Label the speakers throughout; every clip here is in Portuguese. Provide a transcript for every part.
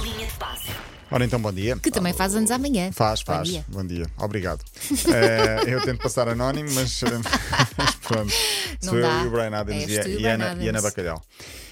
Speaker 1: Linha de passe.
Speaker 2: Ora então, bom dia.
Speaker 3: Que também faz anos amanhã.
Speaker 2: Faz,
Speaker 3: Bom
Speaker 2: faz.
Speaker 3: dia.
Speaker 2: Bom dia. Obrigado. Eh, eu tento passar anónimo, mas, eh, mas pronto.
Speaker 3: Não
Speaker 2: Sou
Speaker 3: dá.
Speaker 2: eu e o Brian Adams
Speaker 3: És
Speaker 2: e, a-
Speaker 3: tu e o
Speaker 2: e
Speaker 3: Bryan
Speaker 2: Ana, e Ana
Speaker 3: Adams.
Speaker 2: Bacalhau.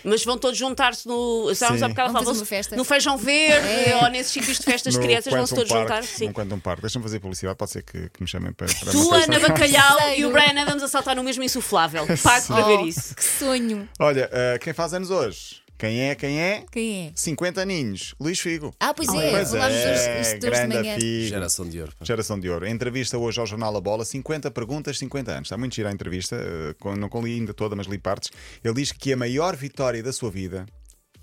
Speaker 4: Mas vão todos juntar-se no. Estávamos
Speaker 2: Sim.
Speaker 4: há bocado a falar,
Speaker 3: Vamos fazer uma
Speaker 4: vão-se-
Speaker 3: festa.
Speaker 4: No feijão verde
Speaker 3: É.
Speaker 4: ou nesses sítios de festas de
Speaker 2: No
Speaker 4: crianças vão-se
Speaker 2: Quantum
Speaker 4: todos
Speaker 2: Park,
Speaker 4: juntar. Sim.
Speaker 2: No Quantum Park. Deixa-me fazer publicidade, pode ser que, que me chamem para, para uma
Speaker 4: Tu,
Speaker 2: peça.
Speaker 4: Ana Bacalhau e
Speaker 3: Sério?
Speaker 4: o Brian Adams a saltar no mesmo insuflável.
Speaker 2: É
Speaker 4: Pago para ver
Speaker 3: Oh,
Speaker 4: isso.
Speaker 3: Que sonho.
Speaker 2: Olha, eh, quem faz anos hoje? Quem é? Quem é?
Speaker 3: Quem é?
Speaker 2: 50 aninhos. Luís Figo.
Speaker 3: Ah, pois é.
Speaker 2: Pois
Speaker 3: Falámos
Speaker 2: é,
Speaker 3: hoje- isto hoje de
Speaker 2: grande
Speaker 3: manhã.
Speaker 2: Figo.
Speaker 5: Geração de ouro. pá.
Speaker 2: Geração de Ouro. Entrevista hoje ao Jornal A Bola, 50 perguntas, 50 anos. Está muito gira a entrevista, eh, com- não com- li ainda toda, mas li partes. Ele diz que a maior vitória da sua vida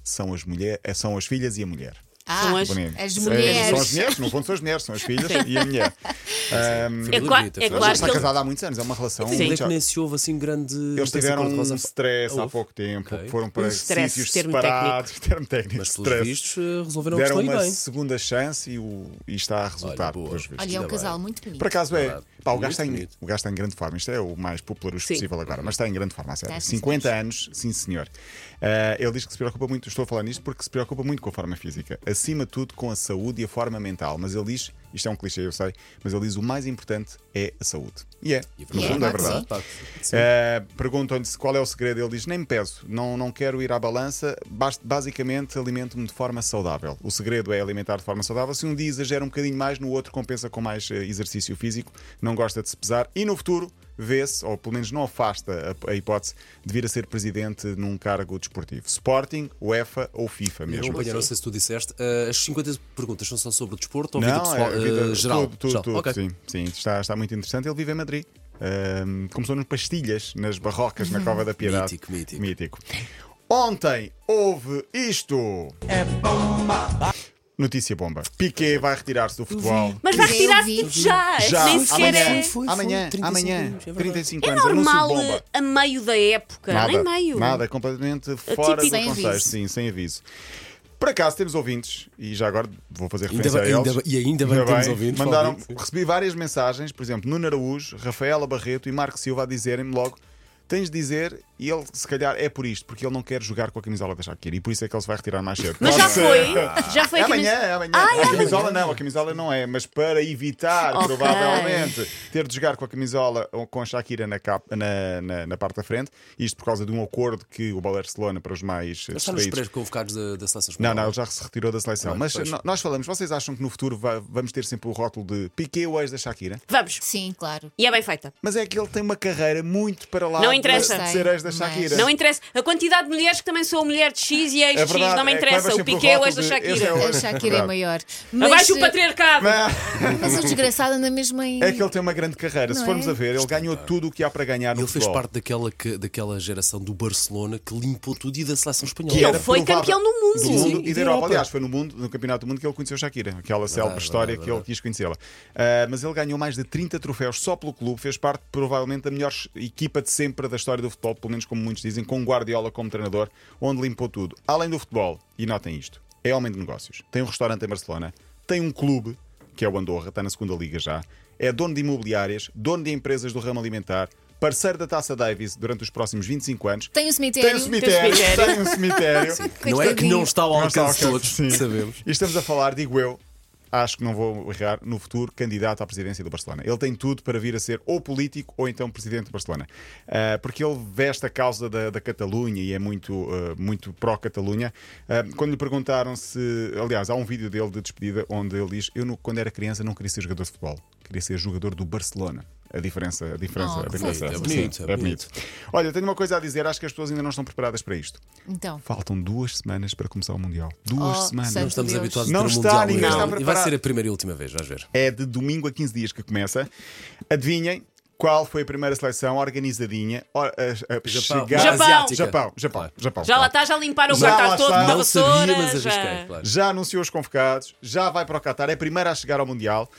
Speaker 2: são as, mulher, eh, são as filhas e a mulher.
Speaker 3: Ah,
Speaker 4: São as-
Speaker 2: Bonito.
Speaker 3: as
Speaker 2: Eh,
Speaker 3: mulheres.
Speaker 2: São as mulheres, no fundo são as mulheres, são as filhas e a mulher.
Speaker 4: É,
Speaker 5: Foi
Speaker 4: qua-
Speaker 5: bonita,
Speaker 4: é
Speaker 5: foi
Speaker 4: claro
Speaker 2: está
Speaker 4: que ele.
Speaker 2: casada há muitos anos, é uma relação.
Speaker 4: Sim.
Speaker 5: Onde é
Speaker 2: muito
Speaker 5: que nem se houve assim grande.
Speaker 2: Eles
Speaker 5: distância
Speaker 2: tiveram um
Speaker 5: cor-de-rosa?
Speaker 2: stress há
Speaker 5: Houve.
Speaker 2: pouco tempo,
Speaker 5: Ok.
Speaker 2: foram para
Speaker 4: Um stress,
Speaker 2: sítios
Speaker 4: termo
Speaker 2: separados, termo técnico,
Speaker 5: Mas pelos
Speaker 2: stress.
Speaker 5: vistos eh, resolveram a
Speaker 2: Deram
Speaker 5: questão e
Speaker 2: uma
Speaker 5: bem.
Speaker 2: segunda chance e, o- e está a resultar.
Speaker 5: boa.
Speaker 2: pelos vistos.
Speaker 3: Olha, é um
Speaker 5: Ainda
Speaker 3: casal
Speaker 5: bem.
Speaker 3: muito bonito.
Speaker 2: Por acaso é.
Speaker 5: Verdade.
Speaker 2: Pá, o,
Speaker 5: Muito
Speaker 2: gajo está em,
Speaker 5: bonito.
Speaker 2: o gajo está em grande forma. Isto é o mais popular
Speaker 4: Sim.
Speaker 2: possível agora, mas está em grande forma, a sério.
Speaker 3: Está, sim,
Speaker 2: 50 anos, sim senhor. Ah, ele diz que se preocupa muito, estou a falar nisto, porque se preocupa muito com a forma física. Acima de tudo, com a saúde e a forma mental. Mas ele diz, isto é um clichê, eu sei, mas ele diz o mais importante é a saúde. E é.
Speaker 5: E
Speaker 2: No fundo, é
Speaker 3: claro que
Speaker 2: verdade.
Speaker 3: sim.
Speaker 5: Pá, sim.
Speaker 2: Eh, Perguntam-lhe se qual é o segredo. Ele diz: nem me peso, não, não quero ir à balança. bas- Basicamente, alimento-me de forma saudável. O segredo é alimentar de forma saudável. Se um dia exagera um bocadinho mais, no outro compensa com mais eh, exercício físico. Não gosta de se pesar e no futuro vê-se, ou pelo menos não afasta a, a hipótese, de vir a ser presidente num cargo desportivo. Sporting, UEFA ou FIFA
Speaker 5: Não,
Speaker 2: mesmo.
Speaker 5: companheiro, não sei se tu disseste. eh, as 50 perguntas são só sobre o desporto ou vida
Speaker 2: Não,
Speaker 5: pessoal
Speaker 2: é vida-
Speaker 5: eh, geral?
Speaker 2: Tudo, tudo,
Speaker 5: Geral.
Speaker 2: tudo.
Speaker 5: Ok.
Speaker 2: Sim, sim está, está muito interessante. Ele vive em Madrid. Ahm, começou nas pastilhas, nas barrocas, na Cova da Piedade.
Speaker 5: Mítico, mítico.
Speaker 2: Ontem houve isto. É bomba. Notícia bomba. Piqué vai retirar-se do futebol.
Speaker 4: Mas vai
Speaker 3: Eu
Speaker 4: retirar-se
Speaker 3: vi.
Speaker 4: tipo já.
Speaker 2: Já,
Speaker 4: Nem sequer
Speaker 2: amanhã,
Speaker 4: é.
Speaker 5: Foi, foi,
Speaker 2: amanhã,
Speaker 5: 35
Speaker 2: amanhã,
Speaker 5: anos, é verdade.
Speaker 2: 35
Speaker 4: É
Speaker 2: anos,
Speaker 4: normal
Speaker 2: anúncio bomba.
Speaker 4: a meio da época. nem meio. É
Speaker 2: Nada, é completamente fora do
Speaker 3: Sem
Speaker 2: contexto,
Speaker 3: aviso.
Speaker 2: sim, sem aviso. Por acaso temos ouvintes, e já agora vou fazer
Speaker 5: Ainda
Speaker 2: referência
Speaker 5: bem-
Speaker 2: a
Speaker 5: ainda
Speaker 2: eles.
Speaker 5: bem- e ainda bem que temos ouvintes,
Speaker 2: Mandaram,
Speaker 5: Paulo, sim.
Speaker 2: recebi várias mensagens, por exemplo, Nuno Araújo, Rafaela Barreto e Marco Silva a dizerem-me logo. Tens de dizer, e ele se calhar é por isto, porque ele não quer jogar com a camisola da Shakira e por isso é que ele se vai retirar mais cedo.
Speaker 4: Mas já
Speaker 2: Claro que-
Speaker 4: foi. Já foi
Speaker 2: é
Speaker 4: a
Speaker 2: amanhã,
Speaker 4: camisa-
Speaker 2: é amanhã. a camisola não, a camisola não é, mas para evitar,
Speaker 4: Ok.
Speaker 2: provavelmente, ter de jogar com a camisola ou com a Shakira na, capa- na, na- na parte da frente, isto por causa de um acordo que o Barcelona para os mais eh,
Speaker 5: Mas está nos
Speaker 2: distraídos.
Speaker 5: pré-convocados da, da seleção
Speaker 2: Não, não,
Speaker 5: espanhola.
Speaker 2: ele já se retirou da seleção.
Speaker 5: Bem,
Speaker 2: Mas
Speaker 5: pois.
Speaker 2: no- nós falamos, vocês acham que no futuro va- vamos ter sempre o rótulo de Piqué ou ex da Shakira?
Speaker 4: Vamos.
Speaker 3: Sim, claro.
Speaker 4: E é bem feita.
Speaker 2: Mas é que ele tem uma carreira muito para lá
Speaker 4: Não
Speaker 2: de-
Speaker 4: interessa.
Speaker 2: de ser ex da
Speaker 3: Mas-
Speaker 2: Shakira.
Speaker 4: Não interessa. A quantidade de mulheres que também sou mulher de X e ex
Speaker 2: É
Speaker 4: de X, não
Speaker 2: verdade,
Speaker 4: me
Speaker 2: é que
Speaker 4: interessa.
Speaker 2: leva
Speaker 4: o
Speaker 2: sempre o
Speaker 4: Piqué ou
Speaker 2: rótulo
Speaker 4: ex da
Speaker 2: de-
Speaker 4: Shakira.
Speaker 2: esse é o-
Speaker 3: A Shakira é
Speaker 2: Verdade.
Speaker 3: maior.
Speaker 4: Abaixo
Speaker 3: eh,
Speaker 4: o patriarcado.
Speaker 3: mas o desgraçado anda mesmo em.
Speaker 2: É que ele tem uma grande carreira. Se
Speaker 3: Não
Speaker 2: formos
Speaker 3: é?
Speaker 2: a ver, ele ganhou tudo o que há para ganhar no
Speaker 5: Ele fez
Speaker 2: futebol.
Speaker 5: parte daquela, que- daquela geração do Barcelona que limpou tudo e da seleção espanhola. é
Speaker 2: Que é
Speaker 4: Ele
Speaker 2: era
Speaker 4: foi
Speaker 2: provável-
Speaker 4: campeão do mundo.
Speaker 2: do
Speaker 5: Sim,
Speaker 2: mundo
Speaker 5: sim,
Speaker 2: e da Europa. Aliás, foi no, mundo, no Campeonato do Mundo que ele conheceu Shakira, aquela célebre história que ele quis conhecê-la. Ah, mas ele ganhou mais de 30 troféus só pelo clube, fez parte provavelmente da melhor equipa de sempre da história do futebol, pelo menos como muitos dizem, com Guardiola como treinador, onde limpou tudo. Além do futebol, e notem isto, é homem de negócios, tem um restaurante em Barcelona, tem um clube, que é o Andorra, está na segunda liga já, é dono de imobiliárias, dono de empresas do ramo alimentar, parceiro da Taça Davis durante os próximos 25 anos.
Speaker 3: Tem um cemitério.
Speaker 2: Tem um cemitério,
Speaker 4: cemitério.
Speaker 2: tem um cemitério.
Speaker 5: Não é que não
Speaker 3: Coitadinho.
Speaker 5: está ao
Speaker 2: Não está ao
Speaker 5: alcance de todos,
Speaker 2: alcance, sim.
Speaker 5: sabemos.
Speaker 2: E estamos a falar, digo eu, acho que não vou errar, no futuro candidato à presidência do Barcelona. Ele tem tudo para vir a ser ou político ou então presidente do Barcelona. Ah, porque ele veste a causa da, da Catalunha e é muito, ah, muito pró-Catalunha. Ah, quando lhe perguntaram se. Aliás, há um vídeo dele de despedida onde ele diz: Eu, no- quando era criança, não queria ser jogador de futebol, queria ser jogador do Barcelona. A diferença, a diferença,
Speaker 3: Oh,
Speaker 2: a
Speaker 3: que
Speaker 2: diferença.
Speaker 5: fofo. É
Speaker 2: Sim,
Speaker 5: bonito, é bonito.
Speaker 2: Olha, tenho uma coisa a dizer, acho que as pessoas ainda não estão preparadas para isto.
Speaker 3: Então,
Speaker 2: Faltam duas semanas para começar o Mundial. Duas
Speaker 3: Oh,
Speaker 2: semanas.
Speaker 3: santo
Speaker 5: Não estamos
Speaker 3: Deus.
Speaker 5: habituados
Speaker 2: Não
Speaker 5: a ter um
Speaker 2: está,
Speaker 5: mundial
Speaker 2: ninguém
Speaker 5: legal.
Speaker 2: está
Speaker 5: E vai
Speaker 2: preparado.
Speaker 5: ser a primeira e última vez, vais ver.
Speaker 2: É de domingo a 15 dias que começa. Adivinhem qual foi a primeira seleção organizadinha a, a- a chegar.
Speaker 4: Japão.
Speaker 5: Asiática.
Speaker 2: Japão, Japão,
Speaker 5: Claro.
Speaker 2: Japão.
Speaker 4: Já lá está, já limparam o
Speaker 2: Já lá
Speaker 4: quarto todo,
Speaker 2: está.
Speaker 4: com a
Speaker 5: Não sabia,
Speaker 4: vassoura.
Speaker 5: mas
Speaker 4: já-
Speaker 5: arrisquei, claro.
Speaker 2: Já anunciou os convocados, já vai para o Qatar, é a primeira a chegar ao Mundial.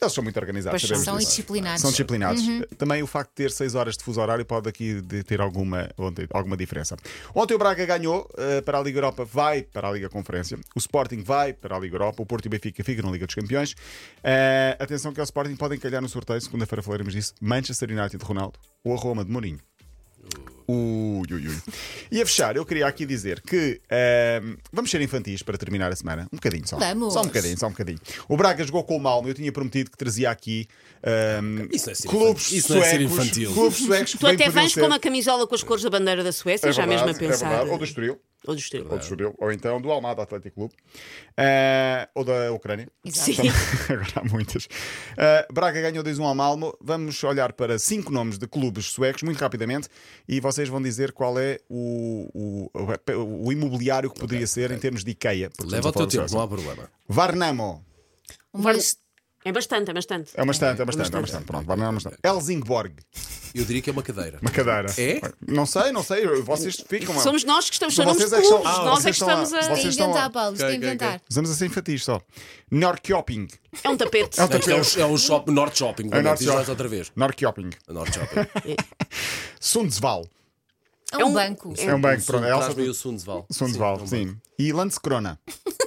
Speaker 2: Eles são muito organizados,
Speaker 4: Pois são.
Speaker 2: sabemos
Speaker 3: são
Speaker 2: disso.
Speaker 3: indisciplinados. Uhum.
Speaker 2: São disciplinados. Eh, Também o facto de ter 6 horas de fuso horário pode aqui de ter alguma, ontem- alguma diferença. Ontem o Braga ganhou eh, para a Liga Europa, vai para a Liga Conferência. O Sporting vai para a Liga Europa. O Porto e o Benfica ficam na Liga dos Campeões. Eh, atenção que ao Sporting podem calhar no sorteio, segunda-feira falaremos disso. Manchester United de Ronaldo ou a Roma de Mourinho. Ui, ui, ui. E a fechar, eu queria aqui dizer que ahm, vamos ser infantis para terminar a semana. Um bocadinho só.
Speaker 3: Vamos.
Speaker 2: Só um bocadinho, só um bocadinho. O Braga jogou com o Malmo. Eu tinha prometido que trazia aqui ahm,
Speaker 5: Isso não é ser
Speaker 2: clubes
Speaker 5: infantil. Isso não é
Speaker 2: suecos.
Speaker 5: ser infantil.
Speaker 2: Clubes suecos que
Speaker 4: Tu
Speaker 2: bem
Speaker 4: até
Speaker 2: podiam
Speaker 4: vens
Speaker 2: ser-
Speaker 4: com uma camisola com as cores da bandeira da Suécia,
Speaker 2: um É
Speaker 4: já
Speaker 2: verdade,
Speaker 4: mesmo a
Speaker 2: é
Speaker 4: pensar.
Speaker 2: verdade. Ou do Estoril.
Speaker 4: Ou do Estoril.
Speaker 2: Ou do Estoril, ou então do Almada Atlético Clube, Ah, ou da Ucrânia.
Speaker 3: Exato.
Speaker 4: Sim.
Speaker 2: Agora há muitas. Ah, Braga ganhou 2-1 ao Malmo. Vamos olhar para cinco nomes de clubes suecos, muito rapidamente, e vocês vão dizer qual é o, o, o imobiliário que poderia ser em termos de IKEA. porque
Speaker 5: Leva o
Speaker 2: estamos a
Speaker 5: teu
Speaker 2: falar
Speaker 5: tempo,
Speaker 2: de
Speaker 5: não
Speaker 2: Suécia.
Speaker 5: há problema.
Speaker 2: Varnamo.
Speaker 3: Uma
Speaker 4: Vamos- É bastante, é bastante.
Speaker 2: É uma estante, é uma estante, é uma
Speaker 5: estante.
Speaker 2: estante. Pronto, Varnamo é uma estante. Helsingborg.
Speaker 5: Eu diria que é uma cadeira.
Speaker 2: Uma cadeira.
Speaker 5: É?
Speaker 2: Não sei, não sei. Vocês ficam.
Speaker 4: Somos nós que estamos, são nomes
Speaker 2: vocês
Speaker 4: de
Speaker 2: é que são-
Speaker 4: clubes,
Speaker 2: Ah,
Speaker 4: nós é
Speaker 2: vocês
Speaker 4: que
Speaker 2: estão lá.
Speaker 4: estamos a.
Speaker 2: Vocês-
Speaker 3: Tem que
Speaker 2: estão
Speaker 3: inventar,
Speaker 2: a-
Speaker 3: Paulo.
Speaker 5: Ok,
Speaker 3: Tem que
Speaker 5: ok, ok.
Speaker 3: inventar.
Speaker 2: Estamos a ser infantis assim só. Norrköping.
Speaker 4: É um tapete.
Speaker 2: É um
Speaker 5: Não, isto é
Speaker 2: tapete.
Speaker 5: o, é o shop, Norte Shopping.
Speaker 2: É
Speaker 5: É
Speaker 2: Norte
Speaker 5: Diz lá
Speaker 2: Shopping.
Speaker 5: outra vez. É
Speaker 2: Norrköping.
Speaker 5: Norte Shopping.
Speaker 2: Sundsvall.
Speaker 3: É um banco.
Speaker 2: É um banco, pronto. É Elsa
Speaker 5: Traz-me aí o Sundsvall.
Speaker 2: Sundsvall,
Speaker 5: Sim, é um
Speaker 2: sim. E Landskrona,
Speaker 5: banco.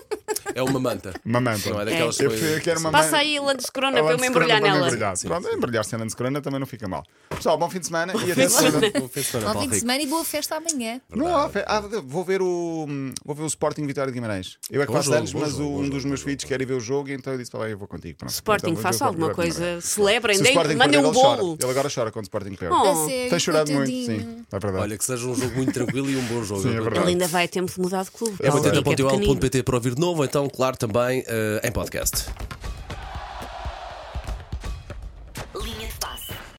Speaker 5: É uma manta.
Speaker 2: uma manta.
Speaker 5: Não é daquelas
Speaker 2: Eu
Speaker 5: coisas-
Speaker 2: quero uma
Speaker 4: Passa
Speaker 2: man-
Speaker 4: aí a Lance Corona
Speaker 2: a
Speaker 4: para eu me
Speaker 2: Landskrona
Speaker 4: embrulhar
Speaker 2: para me
Speaker 4: nela.
Speaker 2: embrulhar. Pronto, embrulhar-se na Landskrona também não fica mal. Pessoal, bom fim de semana e até
Speaker 5: Fim de
Speaker 2: segunda.
Speaker 5: semana. Fim de semana,
Speaker 3: Bom
Speaker 5: Paulo
Speaker 3: fim de
Speaker 5: Rico.
Speaker 3: semana e boa festa amanhã.
Speaker 2: Não há fé. Ah, vou ver o hum, vou ver o Sporting Vitória de Guimarães. Eu é que
Speaker 5: Bom
Speaker 2: faço
Speaker 5: jogo,
Speaker 2: anos,
Speaker 5: bom
Speaker 2: mas
Speaker 5: jogo,
Speaker 2: o-
Speaker 5: bom
Speaker 2: um dos
Speaker 5: jogo, bom
Speaker 2: meus
Speaker 5: jogo,
Speaker 2: filhos quer ir ver o jogo, então eu disse para lá, eu vou contigo. Pronto.
Speaker 4: Sporting,
Speaker 2: Então, vou ver o
Speaker 4: faça
Speaker 2: Sporting
Speaker 4: alguma
Speaker 2: Vitória de
Speaker 4: coisa,
Speaker 2: Guimarães.
Speaker 4: celebrem,
Speaker 2: Se o
Speaker 4: deem-
Speaker 2: Sporting
Speaker 4: mandem
Speaker 2: perder,
Speaker 4: um
Speaker 2: ele chora.
Speaker 4: bolo.
Speaker 2: Ele agora chora quando o Sporting perde.
Speaker 4: Oh.
Speaker 3: A sério,
Speaker 2: Tem chorado muito,
Speaker 3: coitadinho.
Speaker 2: sim. É verdade.
Speaker 5: Olha, que seja um jogo muito tranquilo e um bom jogo.
Speaker 2: Sim, é verdade.
Speaker 4: Ele ainda vai a tempo de mudar de clube.
Speaker 5: É
Speaker 2: um,
Speaker 4: Paulo Rico,
Speaker 5: batida.ol.pt
Speaker 4: pequenino.
Speaker 5: para ouvir de novo, então, claro, também eh, em podcast.